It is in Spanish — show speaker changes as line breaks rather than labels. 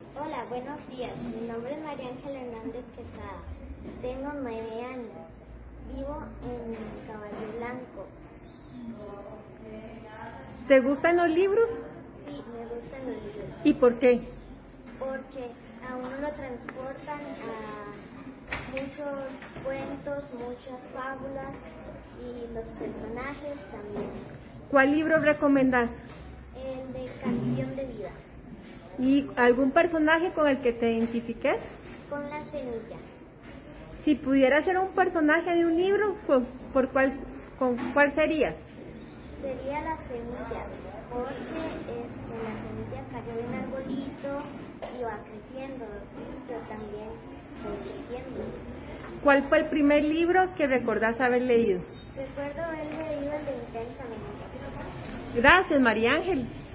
Hola, buenos días. Mi nombre es María Ángela Hernández Quesada. Tengo nueve años. Vivo en Caballo Blanco.
¿Te gustan los libros?
Sí, me gustan los libros
¿Y por qué?
porque a uno lo transportan a muchos cuentos, muchas fábulas y los personajes también.
¿Cuál libro recomendás?
El de Canción de Vida,
¿Y algún personaje con el que te identifiques?
con la semilla.
Si pudieras ser un personaje de un libro, ¿con, por cuál, con cuál serías?
Sería la semilla, porque este, la semilla cayó de un arbolito y va creciendo, y yo también voy creciendo.
¿Cuál fue el primer libro que recordás haber leído?
Recuerdo haber leído el de Intensamente.
Gracias, María Ángel.